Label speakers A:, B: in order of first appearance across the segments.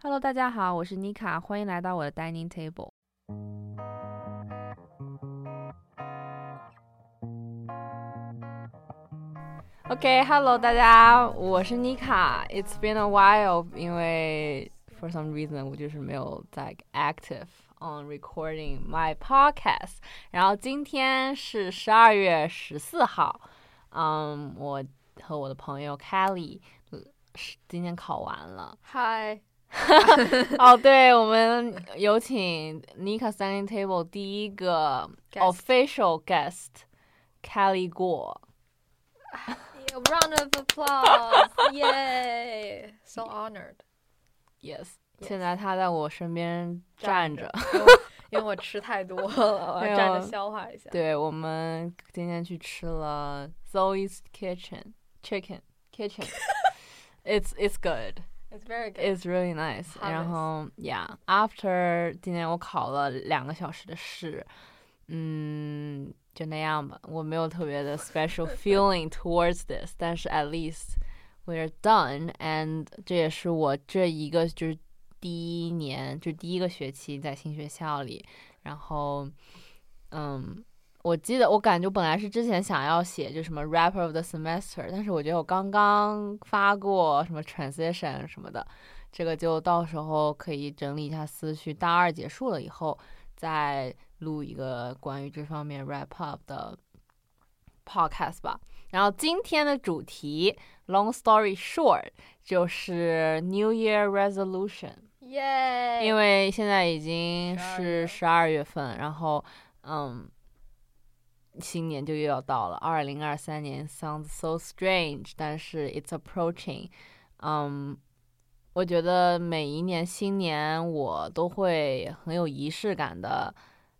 A: Hello，大家好，我是妮卡，欢迎来到我的 dining table。OK，Hello，、大家，我是妮卡。It's been a while，因为 for some reason 我就是没有在 active on recording my podcast。然后今天是十二月十四号，嗯，我和我的朋友 Kelly 呃是今天考完了。
B: 嗨，
A: 哦，对，我们有请 Nika Standing Table 第一个
B: Guest
A: official guest Kelly 过。
B: a round of applause! Yay! So honored.
A: Yes，
B: Yes
A: 现在他在我身边站着。
B: 因为我因为我吃太多了，我
A: 哎呦
B: 要站着消化一下。
A: 对，我们今天去吃了 Zoe's Kitchen Chicken Kitchen 。It's it's good.
B: It's very good.
A: It's really nice.
B: Harvest
A: 然后，Yeah, after 今天我考了两个小时的试，嗯，就那样吧。我没有特别的 special feeling towards this，但是 at least we're done. And 这也是我这一个就是第一年，就第一个学期在新学校里。然后，嗯。我记得，我感觉本来是之前想要写就什么 rapper of the semester，但是我觉得我刚刚发过什么 transition 什么的，这个就到时候可以整理一下思绪，大二结束了以后再录一个关于这方面 wrap up 的 podcast 吧。然后今天的主题，long story short，就是 New Year resolution。
B: Yay!
A: 因为现在已经是
B: 12
A: 十二月份，然后嗯，新年就又要到了。二零二三年 sounds so strange，但是 it's approaching。嗯，我觉得每一年新年我都会很有仪式感的，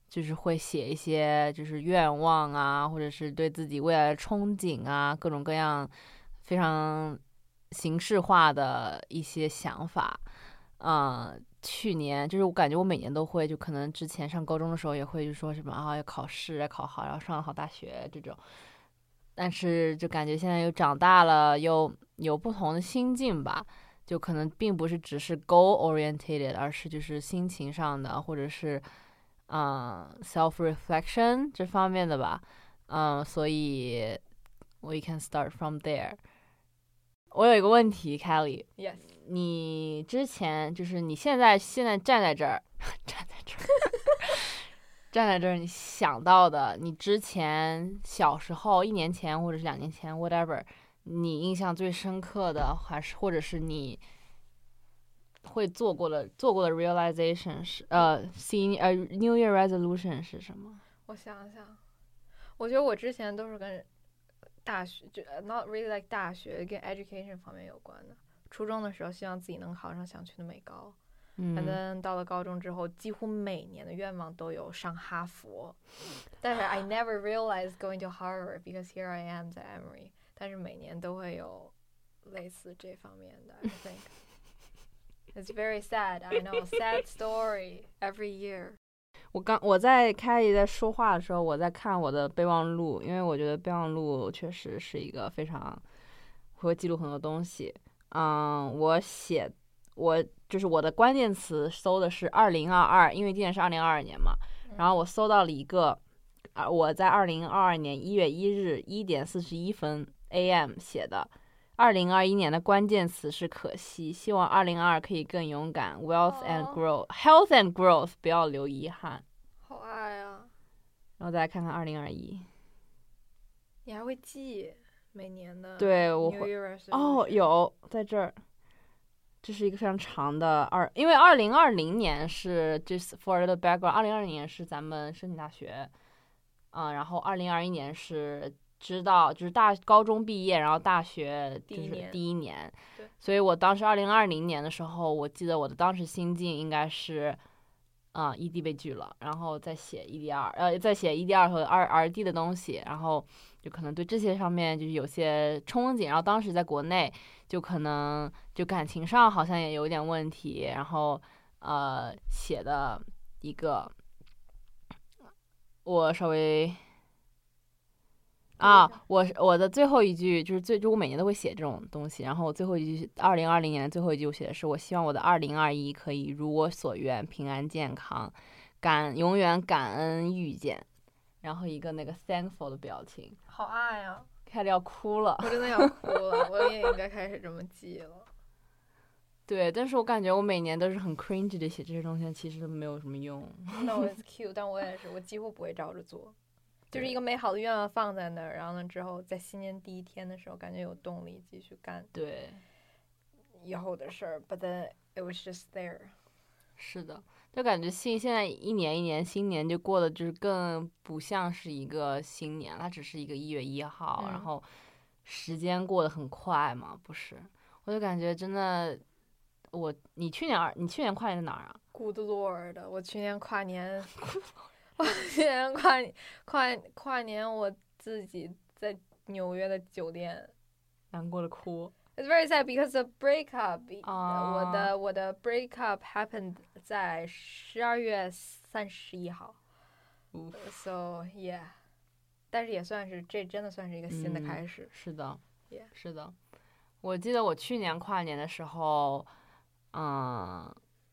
A: 就是会写一些就是愿望啊，或者是对自己未来的憧憬啊，各种各样非常形式化的一些想法。嗯，去年就是我感觉我每年都会，就可能之前上高中的时候也会就说什么啊要考试要考好，然后上了好大学这种。但是就感觉现在又长大了，又有不同的心境吧，就可能并不是只是 goal oriented，而是就是心情上的，或者是嗯 self reflection 这方面的吧。嗯，所以 we can start from there。我有一个问题，Kelly，
B: Yes.
A: 你之前就是你现在现在站在这儿， 站在这儿，站在这儿，你想到的，你之前小时候一年前或者是两年前，whatever，你印象最深刻的，还是或者是你会做过的做过的 realization 是呃，sin 呃 New Year resolution 是什么？
B: 我想想，我觉得我之前都是跟大学就 not really like 大学跟 education 方面有关的。初中的时候希望自己能考上想去的美高，反
A: 嗯，
B: 正到了高中之后，几乎每年的愿望都有上哈佛，但是 I never realized going to Harvard because here I am 在 Emory，但是每年都会有类似这方面的。I think it's very sad. I know, sad story every year.
A: 我刚我在凯里在说话的时候，我在看我的备忘录，因为我觉得备忘录确实是一个非常会记录很多东西。嗯，我写我就是我的关键词搜的是二零二二，因为今年是二零二二年嘛，然后我搜到了一个，啊，我在二零二二年一月一日一点四十一分 AM 写的。二零二一年的关键词是可惜，希望二零二二可以更勇敢，wealth and
B: 哦
A: growth，health and growth，不要留遗憾。
B: 好爱啊！
A: 然后再来看看二零二一，
B: 你还会记每年的
A: 对我
B: New
A: 会
B: Year
A: 哦
B: resolution？
A: 有在这儿，这是一个非常长的二，因为二零二零年是 just for the background，二零二零年是咱们申请大学，嗯，然后二零二一年是知道就是大高中毕业，然后大学就
B: 第一
A: 是
B: 年
A: 第一年
B: 对，
A: 所以我当时二零二零年的时候，我记得我的当时心境应该是。啊、e d 被拒了，然后再写 ED 二，呃，再写 ED 二和二 RD 的东西，然后就可能对这些上面就是有些憧憬，然后当时在国内就可能就感情上好像也有点问题，然后呃写的一个我稍微啊，我是我的最后一句就是最，就我每年都会写这种东西。然后我最后一句，二零二零年的最后一句，我写的是：我希望我的二零二一可以如我所愿，平安健康，感永远感恩遇见。然后一个那个 thankful 的表情，
B: 好爱呀、
A: 开始要哭了。
B: 我真的要哭了，我也应该开始这么记了。
A: 对，但是我感觉我每年都是很 cringe 的写这些东西，其实都没有什么用。
B: No, it's cute，但我也是，我几乎不会照着做，就是一个美好的愿望放在那儿，然后呢之后在新年第一天的时候，感觉有动力继续干
A: 对，
B: 以后的事儿。But then it was just there。
A: 是的，就感觉新现在一年一年，新年就过得就是更不像是一个新年，它只是一个一月一号，
B: 嗯
A: 然后时间过得很快嘛，不是？我就感觉真的，我你去年二你去年跨年在哪儿啊？
B: Good Lord，我去年跨年，我去年跨跨跨年我自己在纽约的酒店。
A: 难过的 哭
B: It's very sad because the breakup，、
A: 啊
B: 我的我的 breakup happened 在十二月三十一号。
A: Oof
B: So yeah，但是也算是这真的算是一个新的
A: 嗯
B: 开始。
A: 是的
B: Yeah
A: 是的。我记得我去年跨年的时候，嗯，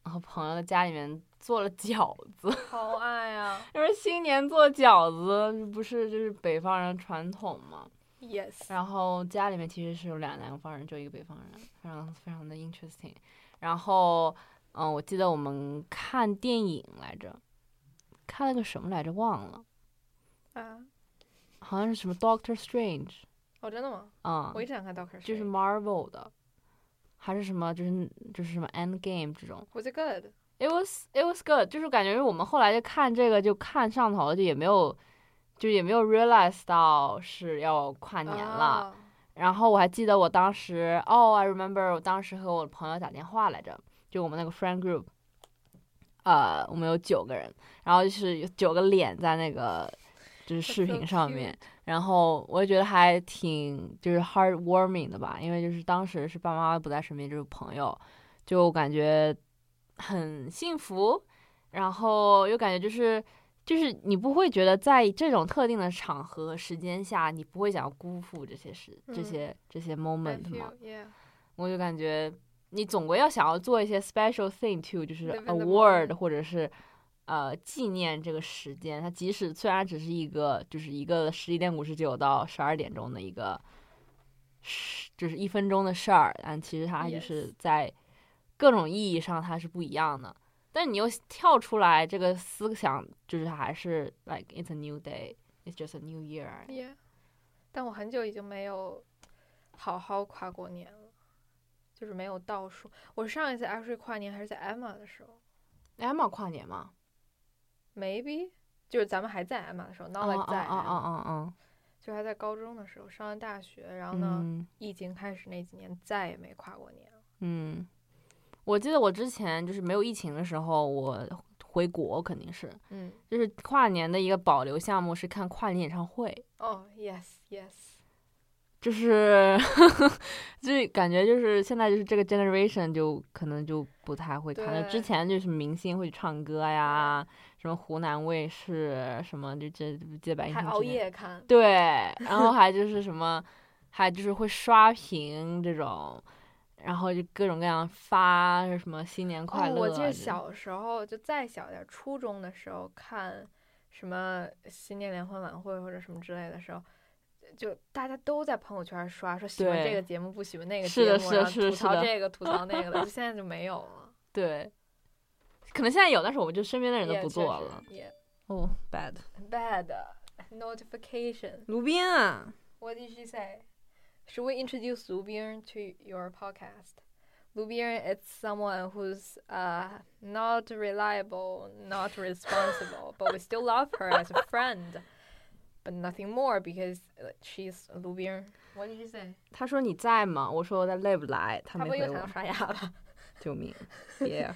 A: 和朋友在家里面做了饺子，
B: 好爱啊
A: 就是新年做饺子，不是就是北方人传统嘛。
B: ！Yes，
A: 然后家里面其实是有俩南方人，就一个北方人，非常非常的 interesting。然后，嗯，我记得我们看电影来着，看了个什么来着忘了，
B: 啊，
A: 好像是什么 Doctor Strange，
B: 哦，真的吗？
A: 啊、
B: 我一直想看 Doctor
A: 就是
B: Strange
A: Marvel 的，还是什么，就是就是什么 End Game 这种。
B: Was it good？
A: It was it was good，就是感觉是我们后来就看这个就看上头了，就也没有，就也没有 realize 到是要跨年了。
B: 啊
A: 然后我还记得我当时，哦、i remember 我当时和我朋友打电话来着，就我们那个 friend group，呃，我们有九个人，然后就是有九个脸在那个就是
B: That's
A: 视
B: so
A: 频上面，然后我也觉得还挺就是 heartwarming 的吧，因为就是当时是爸爸妈妈不在身边，就是朋友，就感觉很幸福，然后又感觉就是。就是你不会觉得在这种特定的场合和时间下，你不会想要辜负这些事、这
B: 嗯
A: 些这些
B: I
A: moment 吗
B: feel？yeah，
A: 我就感觉你总归要想要做一些 special thing too，就是
B: Live in the
A: award
B: moment
A: 或者是呃纪念这个时间。它即使虽然只是一个，就是一个十一点五十九到十二点钟的一个事，就是一分钟的事儿，但其实它就
B: Yes
A: 是在各种意义上它是不一样的。但你又跳出来这个思想，就是还是 like it's a new day, it's just a new year。
B: yeah，但我很久已经没有好好跨过年了，就是没有倒数。我上一次 actually 跨年还是在 Emma 的时候
A: 哎，还有跨年吗？
B: ，maybe 就是咱们还在 Emma 的时候
A: 啊
B: ，not
A: 啊
B: like 在
A: 啊啊
B: Emma，
A: 啊啊！
B: 就还在高中的时候，上完大学，然后呢，
A: 嗯。
B: 疫情开始那几年再也没跨过年了。
A: 嗯，我记得我之前就是没有疫情的时候，我回国肯定是，
B: 嗯，
A: 就是跨年的一个保留项目是看跨年演唱会，
B: 哦，yes，yes，
A: 就是 就是感觉就是现在就是这个 generation 就可能就不太会看了，之
B: 对
A: 前就是明星会去唱歌呀，什么湖南卫视什么就这哎这百英
B: 还
A: 雄
B: 熬
A: 之恋，
B: 夜看，
A: 对，然后还就是什么，还就是会刷屏这种，然后就各种各样发什么新年快
B: 哦
A: 乐啊
B: 我
A: 这
B: 记
A: 种。
B: 得小时候就再小点儿，初中的时候看什么新年联欢晚会或者什么之类的时候，就大家都在朋友圈刷，说喜欢
A: 对
B: 这个节目不喜欢那个
A: 是
B: 节
A: 的
B: 目，
A: 是的
B: 然后
A: 是的
B: 吐
A: 是
B: 槽
A: 的
B: 这个吐槽那个的， 就现在就没有了。
A: 对，可能现在有，但是我们就身边的人都
B: 也
A: 不
B: 确
A: 做
B: 实
A: 了。
B: 也
A: 哦、b a d
B: bad notification.
A: 卢斌啊，
B: What did she say? Should we introduce Lu Bian to your podcast? Lu Bian is someone who's uh, not reliable, not responsible, but we still love her as a friend. But nothing more because uh, she's Lu Bian. What did you say?
A: 他说你在吗？我说我在，累不来？他没回我，
B: 她不会又想刷牙吧？
A: 救命！Yeah。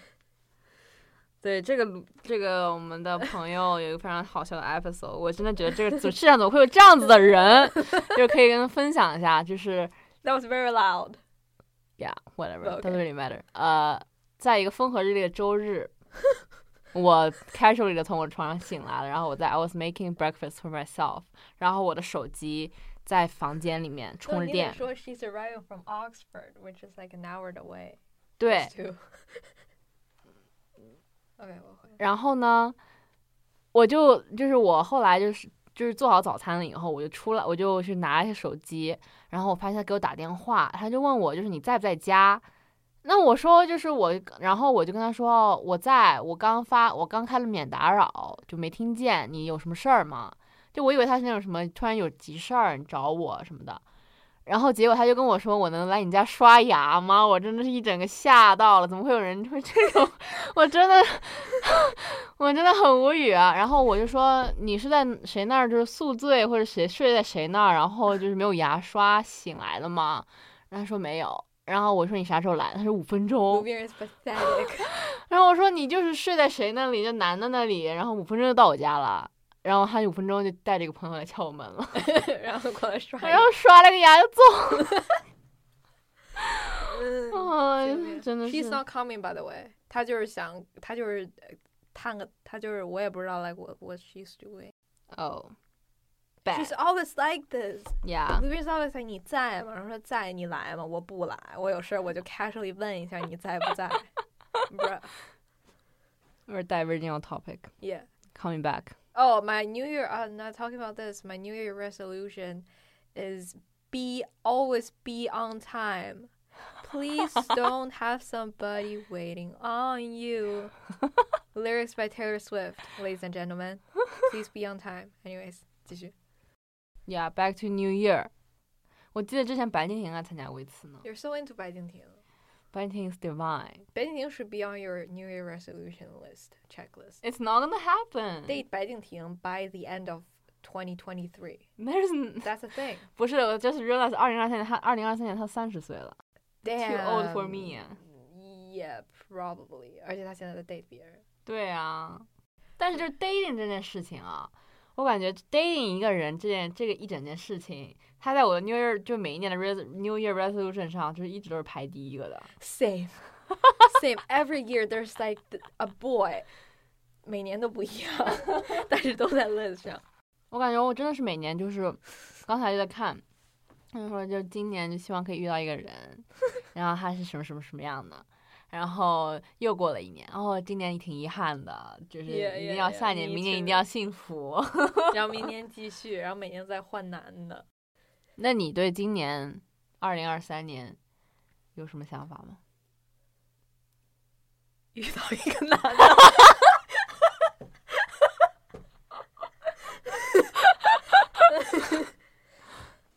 A: 对这个卢这个我们的朋友有一个非常好笑的 episode，我真的觉得这个怎世上怎么会有这样子的人， 就是可以跟分享一下，就是。
B: That was very loud.
A: Yeah, whatever.
B: Okay.
A: Uh, Doesn't really matter. 呃，在一个风和日丽的周日，我 casually 的从我床上醒来了，然后我在 I was making breakfast for myself，然后我的手机在房间里面充着电。
B: 哦说 she's arriving from Oxford, which is like an hour away.
A: 对，
B: too. OK，我回来。
A: 然后呢，我就就是我后来就是就是做好早餐了以后，我就出来，我就去拿一下手机，然后我发现他给我打电话，他就问我就是你在不在家？那我说就是我，然后我就跟他说哦我在，我刚发，我刚开了免打扰，就没听见你有什么事儿吗？就我以为他是那种什么突然有急事儿你找我什么的，然后结果他就跟我说我能来你家刷牙吗？我真的是一整个吓到了，怎么会有人会这种？ 我真的我真的很无语啊。然后我就说你是在谁那儿就是宿醉或者谁睡在谁那儿，然后就是没有牙刷醒来的吗？然后他说没有。然后我说你啥时候来？他说五分钟。
B: Moving is pathetic.
A: 然后我说你就是睡在谁那里，就男的那里，然后五分钟就到我家了。然后他五分钟就带着一个朋友来敲我门了，
B: 然后过来刷
A: 然
B: 牙
A: 后。刷了个牙就走
B: 嗯
A: 了，
B: 救命
A: 哎真的
B: She's
A: 是。
B: not coming, by the way. 她就是想，她就是呃探个，她就是我也不知道，like what what she's doing.
A: Oh, bad.
B: She's always like this.
A: Yeah.
B: Louis always like 你在吗？然后说在，你来吗？我不来，我有事儿我就 casually 问一下你在 不在。Bruh,
A: We're diverging on topic.
B: yeah.
A: Coming back.
B: Oh, my New Year. I'm not talking about this. My New Year resolution is be always be on time. Please don't have somebody waiting on you. Lyrics by Taylor Swift, ladies and gentlemen. Please be on time. Anyways, 继续。
A: Yeah, back to New Year. 我记得之前白敬亭还参加过一次呢。
B: You're so into 白敬亭。
A: 白敬亭 is divine.
B: 白敬亭 should be on your New Year resolution list checklist.
A: It's not gonna happen.
B: Date 白敬亭 by the end of 2023.
A: There's n-
B: That's a thing.
A: 不是，我就是 realize 二零二三年他二零二三年他三十岁了
B: Damn.
A: ，too old for me。
B: Yeah, probably. 而且他现在在 date 别人。
A: 对啊，但是就是 dating 这件事情啊，我感觉 dating 一个人这件这个一整件事情，他在我的 New Year 就每一年的 res New Year resolution 上，就是一直都是排第一个的。
B: Same, same. Every year there's like th- a boy，每年都不 一样，但是都在 list 上。
A: 我感觉我真的是每年就是，刚才就在看，他们说就是今年就希望可以遇到一个 人，然后他是什么什么什么样的，然后又过了一年，哦，今年挺遗憾的，就是
B: Yeah,
A: 一定
B: yeah,
A: 要
B: yeah,
A: 下年
B: me
A: 明年一
B: too.
A: 定要幸福。
B: 然后明年继续，然后每年再换男的。
A: 那你对今年二零二三年有什么想法吗？
B: 遇到一个男的，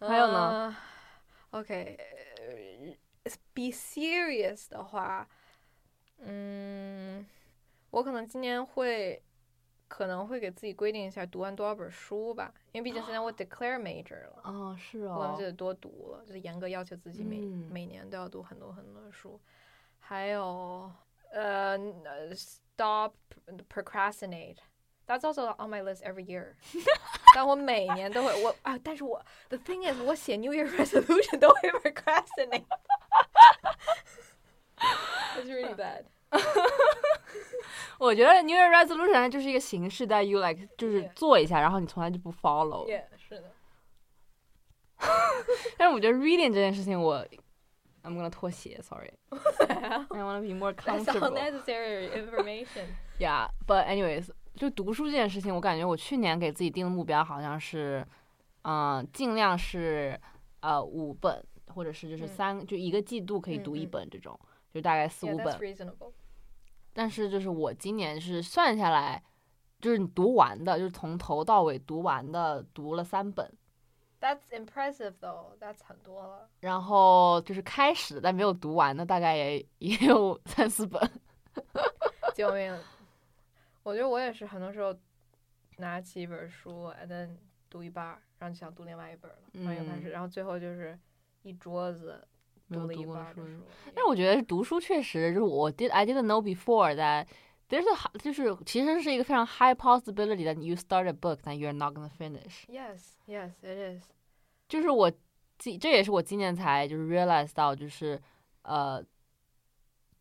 A: 还有呢
B: 呃？OK，呃，be serious 的话，嗯，我可能今年会可能会给自己规定一下读完多少本书吧，因为毕竟现在我 declare major 了。
A: 哦，是
B: 我们
A: 哦
B: 就，得多读了，就是严格要求自己每、
A: 嗯
B: 每年都要读很多很多书，还有呃呃，stop procrastinate。That's also on my list every year 。 但我每年都会我啊，但是我 the thing is，我写 New Year resolution 都会 procrastinate。It's really bad。
A: 我觉得 New Year resolution 就是一个形式但 you like 就是
B: 对
A: 做一下，然后你从来就不 follow。
B: Yeah，是的。
A: 但是我觉得 reading 这件事情我，I'm gonna 脱鞋，sorry。I
B: 啊
A: wanna be more
B: That's
A: comfortable.
B: unnecessary information。
A: Yeah, but anyways，就读书这件事情，我感觉我去年给自己定的目标好像是，嗯、尽量是呃五本，或者是就是
B: 嗯
A: 三、就一个季度可以
B: 嗯
A: 读一
B: 嗯
A: 本这种，就大概四
B: Yeah,
A: 五本
B: that's。reasonable。
A: 但是就是我今年是算下来，就是你读完的，就是从头到尾读完的，读了三本。
B: That's impressive though。That's 很多了。
A: 然后就是开始但没有读完的，大概也也有 三四 本。
B: 救命！我觉得我也是，很多时候拿起一本书，and then 读一半儿，然后就想读另外一本了，然后又开始，然后最后就是一桌子
A: 没有
B: 读了
A: 读
B: 一
A: 过
B: 半
A: 的
B: 儿
A: 书
B: 的书。
A: 但我觉得读书确实就是我 did I didn't know before that there's a hi- 就是其实是一个非常 high possibility that you start a book that you're not gonna finish。
B: Yes, yes, it is.
A: 就是我今这也是我今年才就是 realize 到就是呃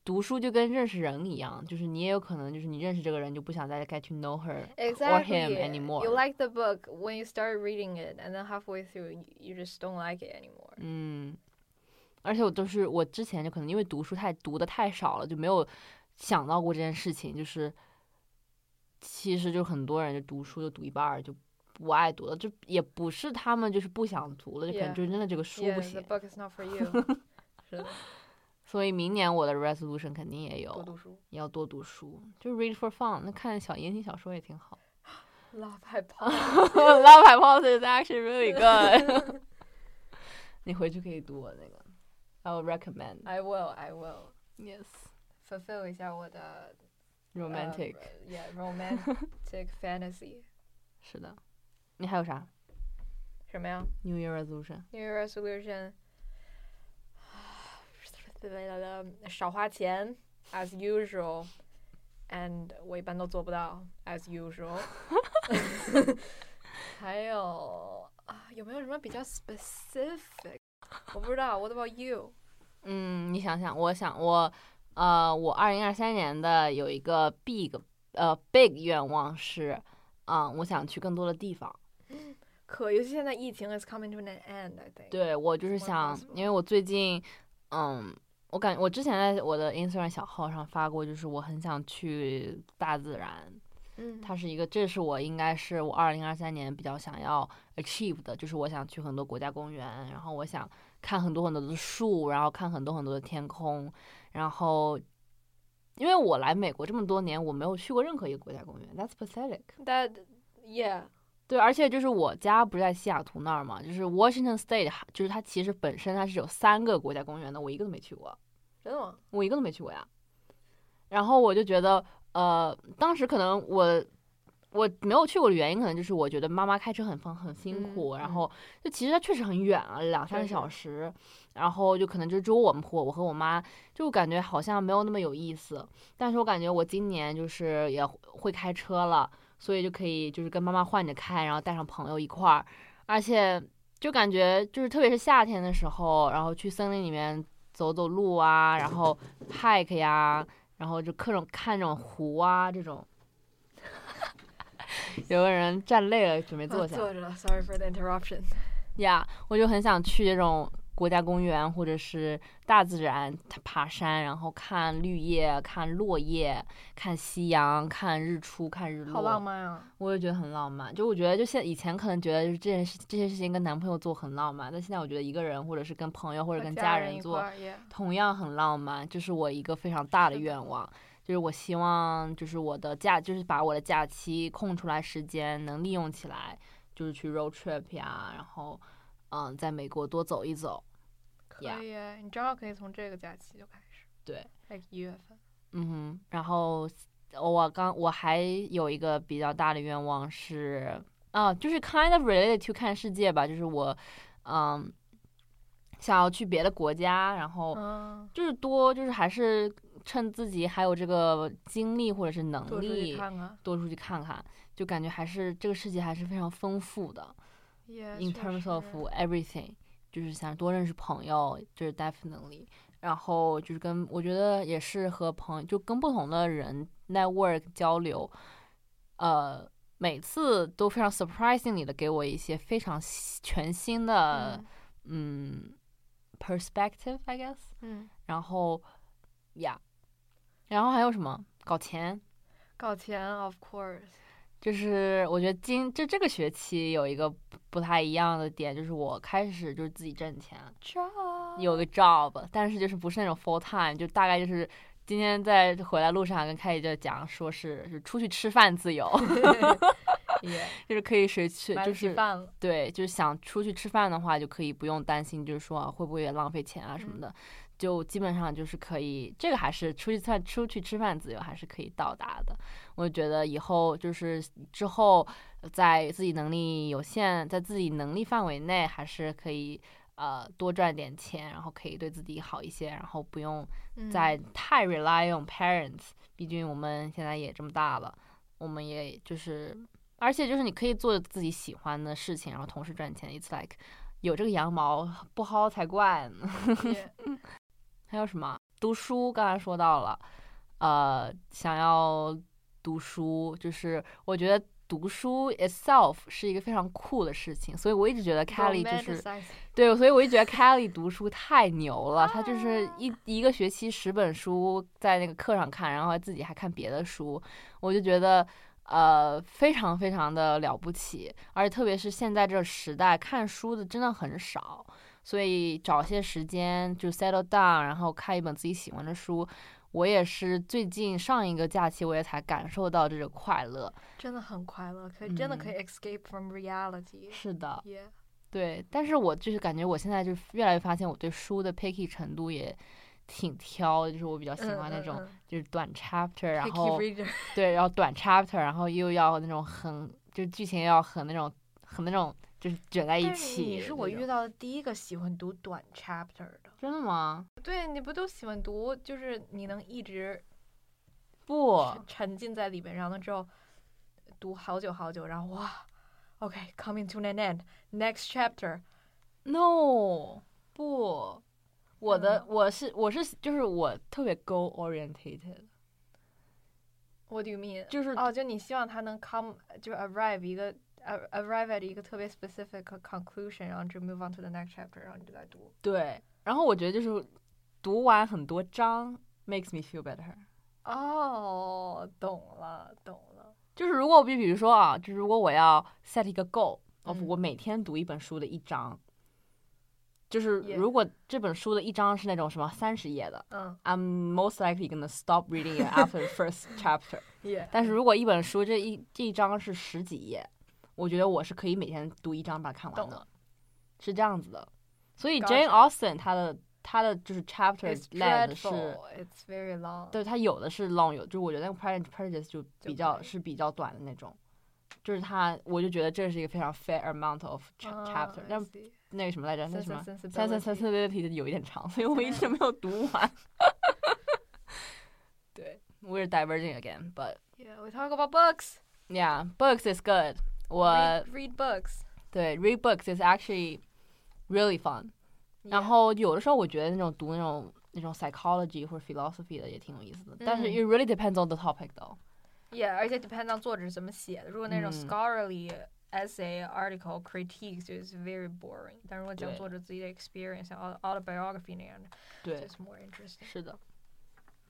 A: 读书就跟认识人一样，就是你也有可能就是你认识这个人就不想再 get to know her or
B: Exactly.
A: him anymore。
B: You like the book when you start reading it, and then halfway through, you, you just don't like it anymore.
A: 嗯，而且我都是我之前就可能因为读书太读的太少了，就没有想到过这件事情。就是其实就很多人就读书就读一半儿就不爱读了，这也不是他们就是不想读了，就可能
B: Yeah.
A: 就真的这个 书
B: yeah,
A: 不
B: the
A: 行。
B: book is not for you. 是的，
A: 所以明年我的 resolution 肯定也有，
B: 多读书。
A: 要多读书，就 read for fun。那看小言情小说也挺好。
B: Love by Paul.
A: Love by Paul is actually really good 。 你回去可以读我那个，I would recommend.
B: I will. I will
A: Yes,
B: fulfill 一下我的
A: romantic.
B: Uh, yeah, romantic fantasy.
A: 是的，你还有啥
B: 什么呀？
A: New Year resolution？
B: New Year resolution 少花钱 as usual and 我一般都做不到 as usual 还有啊有没有什么比较 specific 我不知道 what about you
A: 嗯，你想想，我想我，呃，我二零二三年的有一个 big 呃 big 愿望是，啊、我想去更多的地方。
B: 可尤其现在疫情 is coming to an end I think
A: 对我就是
B: More
A: 想，
B: possible
A: 因为我最近，嗯，我感我之前在我的 Instagram 小号上发过，就是我很想去大自然。
B: 嗯，
A: 它是一个，这是我应该是我二零二三年比较想要 achieve 的，就是我想去很多国家公园，然后我想看很多很多的树，然后看很多很多的天空，然后因为我来美国这么多年，我没有去过任何一个国家公园，That's pathetic。
B: that yeah
A: 对，而且就是我家不是在西雅图那儿嘛，就是 Washington State，哈就是它其实本身它是有三个国家公园的，我一个都没去过。
B: 真的吗？
A: 我一个都没去过呀。然后我就觉得，呃，当时可能我我没有去过的原因，可能就是我觉得妈妈开车很方很辛苦，
B: 嗯
A: 然后就其实它确实很远啊，两三个
B: 确实
A: 小时，然后就可能就只有我们我我和我妈，就感觉好像没有那么有意思。但是我感觉我今年就是也会开车了，所以就可以就是跟妈妈换着开，然后带上朋友一块儿，而且就感觉就是特别是夏天的时候，然后去森林里面走走路啊，然 后 hike 呀，然后就各种看这种湖啊这种。 有个人站累了，准备坐下。
B: 啊坐着了 sorry for the interruption
A: 呀我就很想去这种国家公园或者是大自然，它爬山，然后看绿叶、看落叶、看夕阳、看日出、看日落。
B: 好浪漫啊
A: 我也觉得很浪漫。就我觉得，就现以前可能觉得就是这件事这些事情跟男朋友做很浪漫，但现在我觉得一个人或者是跟朋友或者
B: 和
A: 跟
B: 家
A: 人
B: 一
A: 做
B: 块儿，yeah
A: 同样很浪漫，这、是我一个非常大的
B: 是的
A: 愿望。就是我希望，就是我的假，就是把我的假期空出来时间能利用起来，就是去 road trip 呀，然后，嗯，在美国多走一走。Yeah
B: 可以啊，你正好可以从这个假期就开始，
A: 对，
B: like 一月份。
A: 嗯哼，然后哦我刚我还有一个比较大的愿望是，啊，就是 kind of related to 看世界吧，就是我，嗯，想要去别的国家，然后
B: 嗯，
A: 就是多，就是还是趁自己还有这个精力或者是
B: 多
A: 能
B: 出去
A: 力，
B: 看看。
A: 多出去看看，就感觉还是这个世界还是非常丰富的。
B: Yeah,
A: in
B: 确
A: terms of
B: 实
A: everything，就是想多认识朋友，就是 definitely。然后就是跟我觉得也是和朋就跟不同的人 network 交流，呃，每次都非常 surprisingly 的给我一些非常新全新的
B: 嗯
A: 嗯 perspective，I guess。
B: 嗯，
A: 然后呀然后还有什么？搞钱，
B: 搞钱，of course，
A: 就是我觉得今就这个学期有一个不不太一样的点，就是我开始就是自己挣钱，有个 job，但是就是不是那种 full time，就大概就是今天在回来路上跟开姐就讲，说是就是出去吃饭自由，
B: 也
A: 就是可以谁去
B: 买
A: 就
B: 得起
A: 是
B: 饭了。
A: 对，就是想出去吃饭的话，就可以不用担心，就是说、啊、会不会也浪费钱啊什么
B: 嗯
A: 的，就基本上就是可以，这个还是出去饭出去吃饭自由还是可以到达的。我觉得以后就是之后在自己能力有限，在自己能力范围内，还是可以呃多赚点钱，然后可以对自己好一些，然后不用
B: 嗯
A: 再太 rely on parents，毕竟我们现在也这么大了，我们也就是，而且就是你可以做自己喜欢的事情，然后同时赚钱。It's like 有这个羊毛不薅才怪呢。
B: 嗯也
A: 还有什么？读书刚才说到了，呃，想要读书，就是我觉得读书 itself 是一个非常酷的事情，所以我一直觉得 Kelly 就是
B: Romanticize
A: 对，所以我就觉得 Kelly 读书太牛了，她就是一一个学期十本书在那个课上看，然后自己还看别的书，我就觉得呃非常非常的了不起，而且特别是现在这个时代，看书的真的很少，所以找些时间就 settle down，然后看一本自己喜欢的书。我也是最近上一个假期，我也才感受到这种快乐。
B: 真的很快乐，可以真的可以
A: 嗯
B: escape from reality。
A: 是的，
B: 也
A: 对，但是我就是感觉我现在就越来越发现我对书的 picky 程度也挺挑的，就是我比较喜
B: 嗯
A: 欢那种就是短 chapter，、然后
B: reader
A: 对，然后短 chapter，然后又要那种很就是剧情要很那种很那种就是卷在一
B: 但是
A: 起。
B: 你是我遇
A: 到
B: 到的第一个喜欢读短 chapter 的。
A: 真的吗？
B: 对，你不都喜欢读，就是你能一直
A: 不，
B: 沉沉浸在里面，然后之后读好久好久，然后哇，OK，coming、to an end，next chapter。
A: No，不，我
B: 真的
A: 的我是我是就是我特别 goal orientated，
B: What do you mean？
A: 就是
B: 哦，就你希望它能 come，就是 arrive 一个 ar- arrive at 一个特别 specific conclusion，然后就 move on to the next chapter，然后你就再读。
A: 对，然后我觉得就是读完很多章 makes me feel better。
B: 哦，懂了，懂了。
A: 就是如果我比比如说啊，就是如果我要 set 一个 goal，我、
B: 嗯
A: 我每天读一本书的一章，就是
B: 也
A: 如果这本书的一章是那种什么三十页的
B: 嗯，
A: ，I'm most likely gonna stop reading it after the first chapter。
B: 也
A: 但是如果一本书这一这一章是十几页，我觉得我是可以每天读一章把它看完
B: 懂
A: 的，是这样子的。所以 Jane
B: Gotcha
A: Austen 她的她的就是 chapter
B: it's
A: length 是
B: dreadful, it's very long。
A: 对，它有的是 long，有就是我觉得那个 Pride and Prejudice 就比较
B: 可以
A: 是比较短的那种，就是它，我就觉得这是一个非常 fair amount of cha-
B: 啊
A: chapter，、
B: I
A: 但
B: see
A: 那个什么来着，那
B: Sense
A: 什么
B: and
A: 《三三
B: sensibility
A: 三四六题》有一点长，所以我一直没有读完。对，We're diverging again，but
B: Yeah, we talk about books.
A: yeah, books is good 我。
B: Read, read books.
A: 对 read books is actually really fun。然
B: Yeah.
A: 后有的时候我觉得那种读那种那种 psychology 或者 philosophy 的也挺有意思的，但是
B: 嗯
A: it really depends on the topic though。
B: Yeah，而且 depend on 作者怎么写的。如果那种
A: 嗯
B: scholarly essay、article、critique 就是 very boring，但如果讲
A: 对
B: 作者自己的 experience，像 au- autobiography 那样的，就
A: 对，
B: 是 more interesting。
A: 是的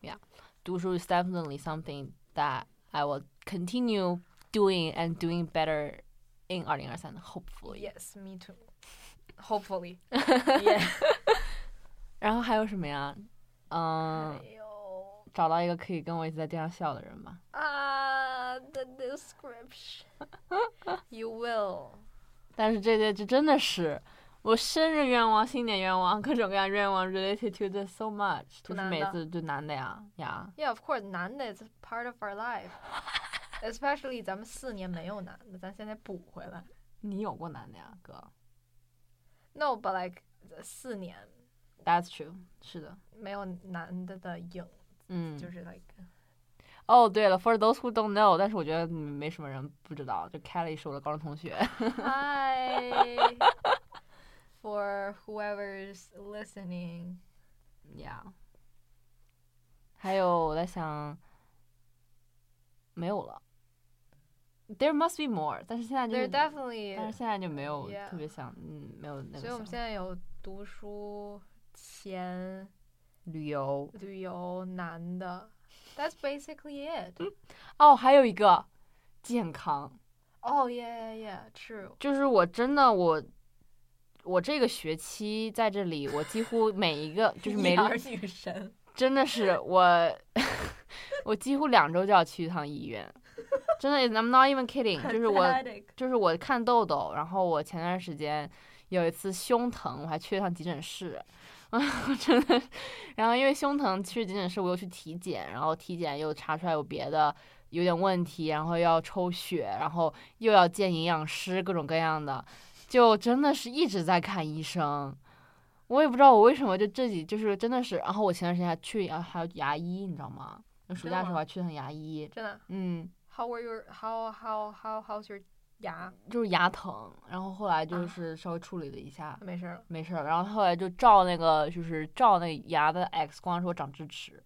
A: ，Yeah，读书 is definitely something that I will continue doing and doing better in 二零二三，hopefully。
B: Yes, me too. Hopefully. yeah.
A: 然后还有什么呀？嗯
B: 哎，呦
A: 找到一个可以跟我一起在地上笑的人吧。
B: 啊，the description. You will.
A: 但是这些这真的是我生日愿望、新年愿望、各种各样愿望 related to this so much，就是
B: 图男
A: 每
B: 的
A: 次就难的呀呀。
B: Yeah, of course. 男的 is part of our life. Especially 咱们四年没有男的，咱现在补回来。
A: 你有过难的呀，哥
B: No, but like 四年
A: ？That's true，是的，
B: 没有男的的影，
A: 嗯，
B: 就是 like
A: 哦，对了，for those who don't know，但是我觉得没什么人不知道，就 Kelly 是我的高中同学。
B: hi for whoever's listening.
A: Yeah。还有我在想，没有了。There must be more，但是现在就
B: There
A: 是，
B: definitely
A: 但是现在就没有
B: Yeah
A: 特别想，嗯，没有那
B: 所以
A: 个
B: 我们
A: 想
B: 现在有读书、钱、
A: 旅游。
B: 旅游、男的。That's basically it.
A: 哦，还有一个健康，
B: Oh yeah, yeah, yeah. True.
A: 就是我真的我。我这个学期在这里，我几乎每一个 就是每
B: 一儿女神。
A: 真的是我， 我几乎两周就要去一趟医院，真的，I'm not even kidding，就是我
B: Pathetic
A: 就是我看痘痘，然后我前段时间有一次胸疼，我还去了趟急诊室， 啊，真的。然后因为胸疼去急诊室，我又去体检，然后体检又查出来有别的有点问题，然后又要抽血，然后又要见营养师，各种各样的，就真的是一直在看医生。我也不知道我为什么就自己就是真的是，然后我前段时间还去啊还有牙医，你知道吗？暑
B: 真的
A: 假的时
B: 吗
A: 候还去趟牙医，
B: 真的。
A: 嗯，
B: How were your how how how how's your 牙
A: 就是牙疼，然后后来就
B: 啊
A: 是稍微处理了一下，
B: 没事儿了，
A: 没事儿。然后后来就照那个就是照那个牙的 X 光，说长智齿，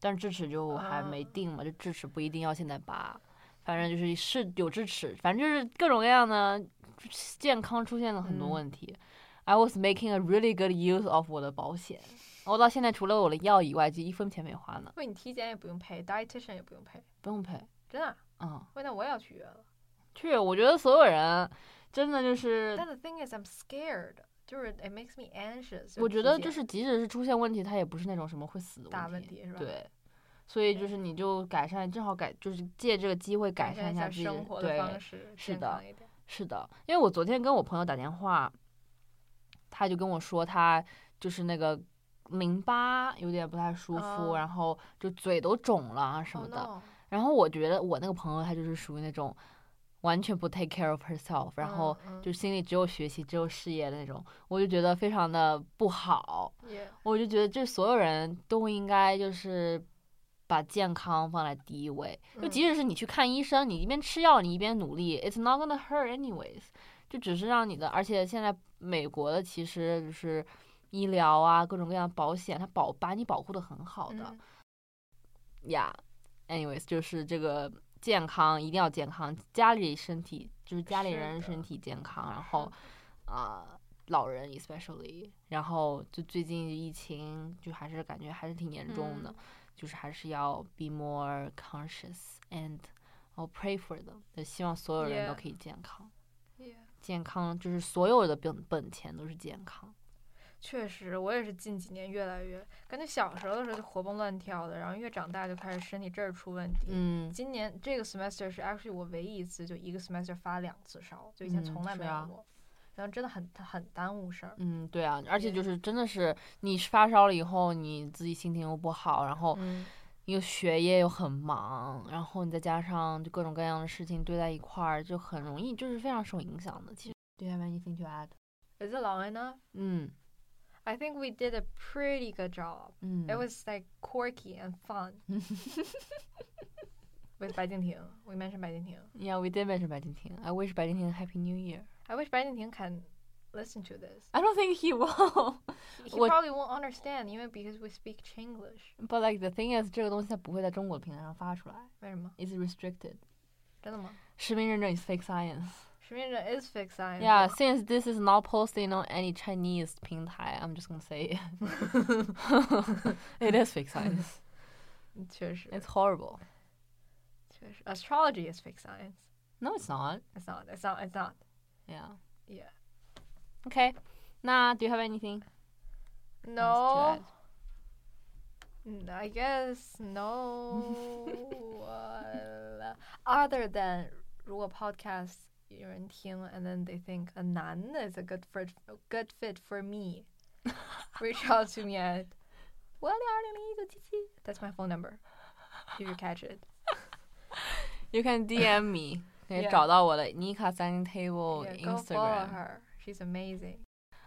A: 但是智齿就还没
B: 啊
A: 定嘛，就智齿不一定要现在拔，反正就是是有智齿，反正就是各种各样的健康出现了很多
B: 嗯
A: 问题。I was making a really good use of 我的保险，我到现在除了我的药以外，就一分钱没花呢，
B: 为你体检也不用赔，dietitian 也不用赔，
A: 不用赔，
B: 真的啊。
A: 嗯。
B: 喂，那我也要去约了。
A: 去，我觉得所有人真的就是，
B: But the thing is, I'm scared，就是 it makes me anxious。
A: 我觉得就是即使是出现问题，它也不是那种什么会死的
B: 大
A: 问
B: 问
A: 题，
B: 题是吧？，
A: 对。所以就是你就改善，正好改就是借这个机会改善一
B: 改善一
A: 下
B: 下
A: 自己的
B: 生活的方
A: 对，
B: 式，
A: 是
B: 健
A: 的
B: 康一点。
A: 是的，因为我昨天跟我朋友打电话，他就跟我说他就是那个淋巴有点不太舒服，
B: 哦
A: 然后就嘴都肿了啊什
B: Oh
A: 么的。
B: no，
A: 然后我觉得我那个朋友他就是属于那种完全不 take care of herself，然后
B: 嗯嗯
A: 就心里只有学习、只有事业的那种，我就觉得非常的不好。
B: 也
A: 我就觉得这所有人都应该就是把健康放在第一位，就
B: 嗯
A: 即使是你去看医生，你一边吃药，你一边努力，it's not gonna hurt anyways，就只是让你的，而且现在美国的其实就是医疗啊，各种各样的保险，它保把你保护的很好的。
B: 嗯
A: 呀、anyways，就是这个健康一定要健康，家里身体就是家里
B: 是
A: 人
B: 的
A: 身体健康，然
B: 是
A: 后啊、老人 especially，然后就最近疫情就还是感觉还是挺严重的，
B: 嗯
A: 就是还是要 be more conscious and I'll pray for them，就希望所有人都
B: Yeah
A: 可以健康。
B: 也
A: 健康就是所有的本本钱都是健康，
B: 确实，我也是近几年越来越感觉小时候的时候就活蹦乱跳的，然后越长大就开始身体这儿出问题。
A: 嗯，
B: 今年这个 semester 是 actually 我唯一一次就一个 semester 发两次烧，就以
A: 嗯
B: 前从来
A: 是
B: 没有
A: 啊
B: 过，然后真的很很耽误事儿。
A: 嗯，对啊，而且
B: 对
A: 就是真的是你发烧了以后，你自己心情又不好，然后
B: 嗯，
A: 又学业又很忙，然后你再加上就各种各样的事情堆在一块儿，就很容易就是非常受影响的。其实，Do you have anything to add？
B: Is it long enough?
A: 嗯
B: I think we did a pretty good job.
A: 嗯
B: It was like quirky and fun. With 白敬亭，we mentioned 白敬亭。
A: Yeah, we did mention 白敬亭. I wish 白敬亭 a Happy New Year.
B: I wish 白敬亭 can listen to this.
A: I don't think he will,
B: He,
A: What-
B: he probably won't understand, even because we speak Chinglish.
A: but like the thing is，这个东西它不会在中国的平台上发出来
B: 为什么？
A: ，is restricted.
B: 真的吗？
A: 实名认证 is fake science.
B: 实名认 is fake science.
A: Yeah, since this is not posting on any Chinese 平台，I'm just gonna say it. it is fake science.
B: 确实，
A: It's horrible.
B: 确实，astrology is fake science.
A: No, it's not.
B: It's not. It's not. It's not.
A: Yeah.
B: Yeah.
A: Okay. 那 Do you have anything?
B: No. Mm, I guess no. uh, other than 如果 podcast 有人听，and then they think a 男的 is a good fit good fit for me. Reach out to me at 五幺六二零零一九七七。That's my phone number. If you catch it.
A: You can DM me. 可以
B: Yeah.
A: 找到我的 Nika Dining Table
B: Yeah, go follow
A: Oh, Instagram。
B: her. She's amazing.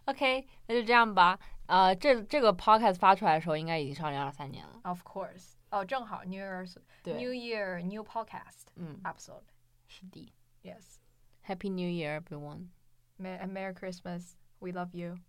A: OK，那就这样吧。呃，这这个 podcast 发出来的时候，应该已经是二零二三年了。
B: Of course. 哦，正好 New Year's
A: 对
B: New，Year New Podcast
A: 嗯，
B: episode.
A: 是的。
B: Yes.
A: Happy New Year, everyone.
B: Ma- and Merry Christmas. We love you.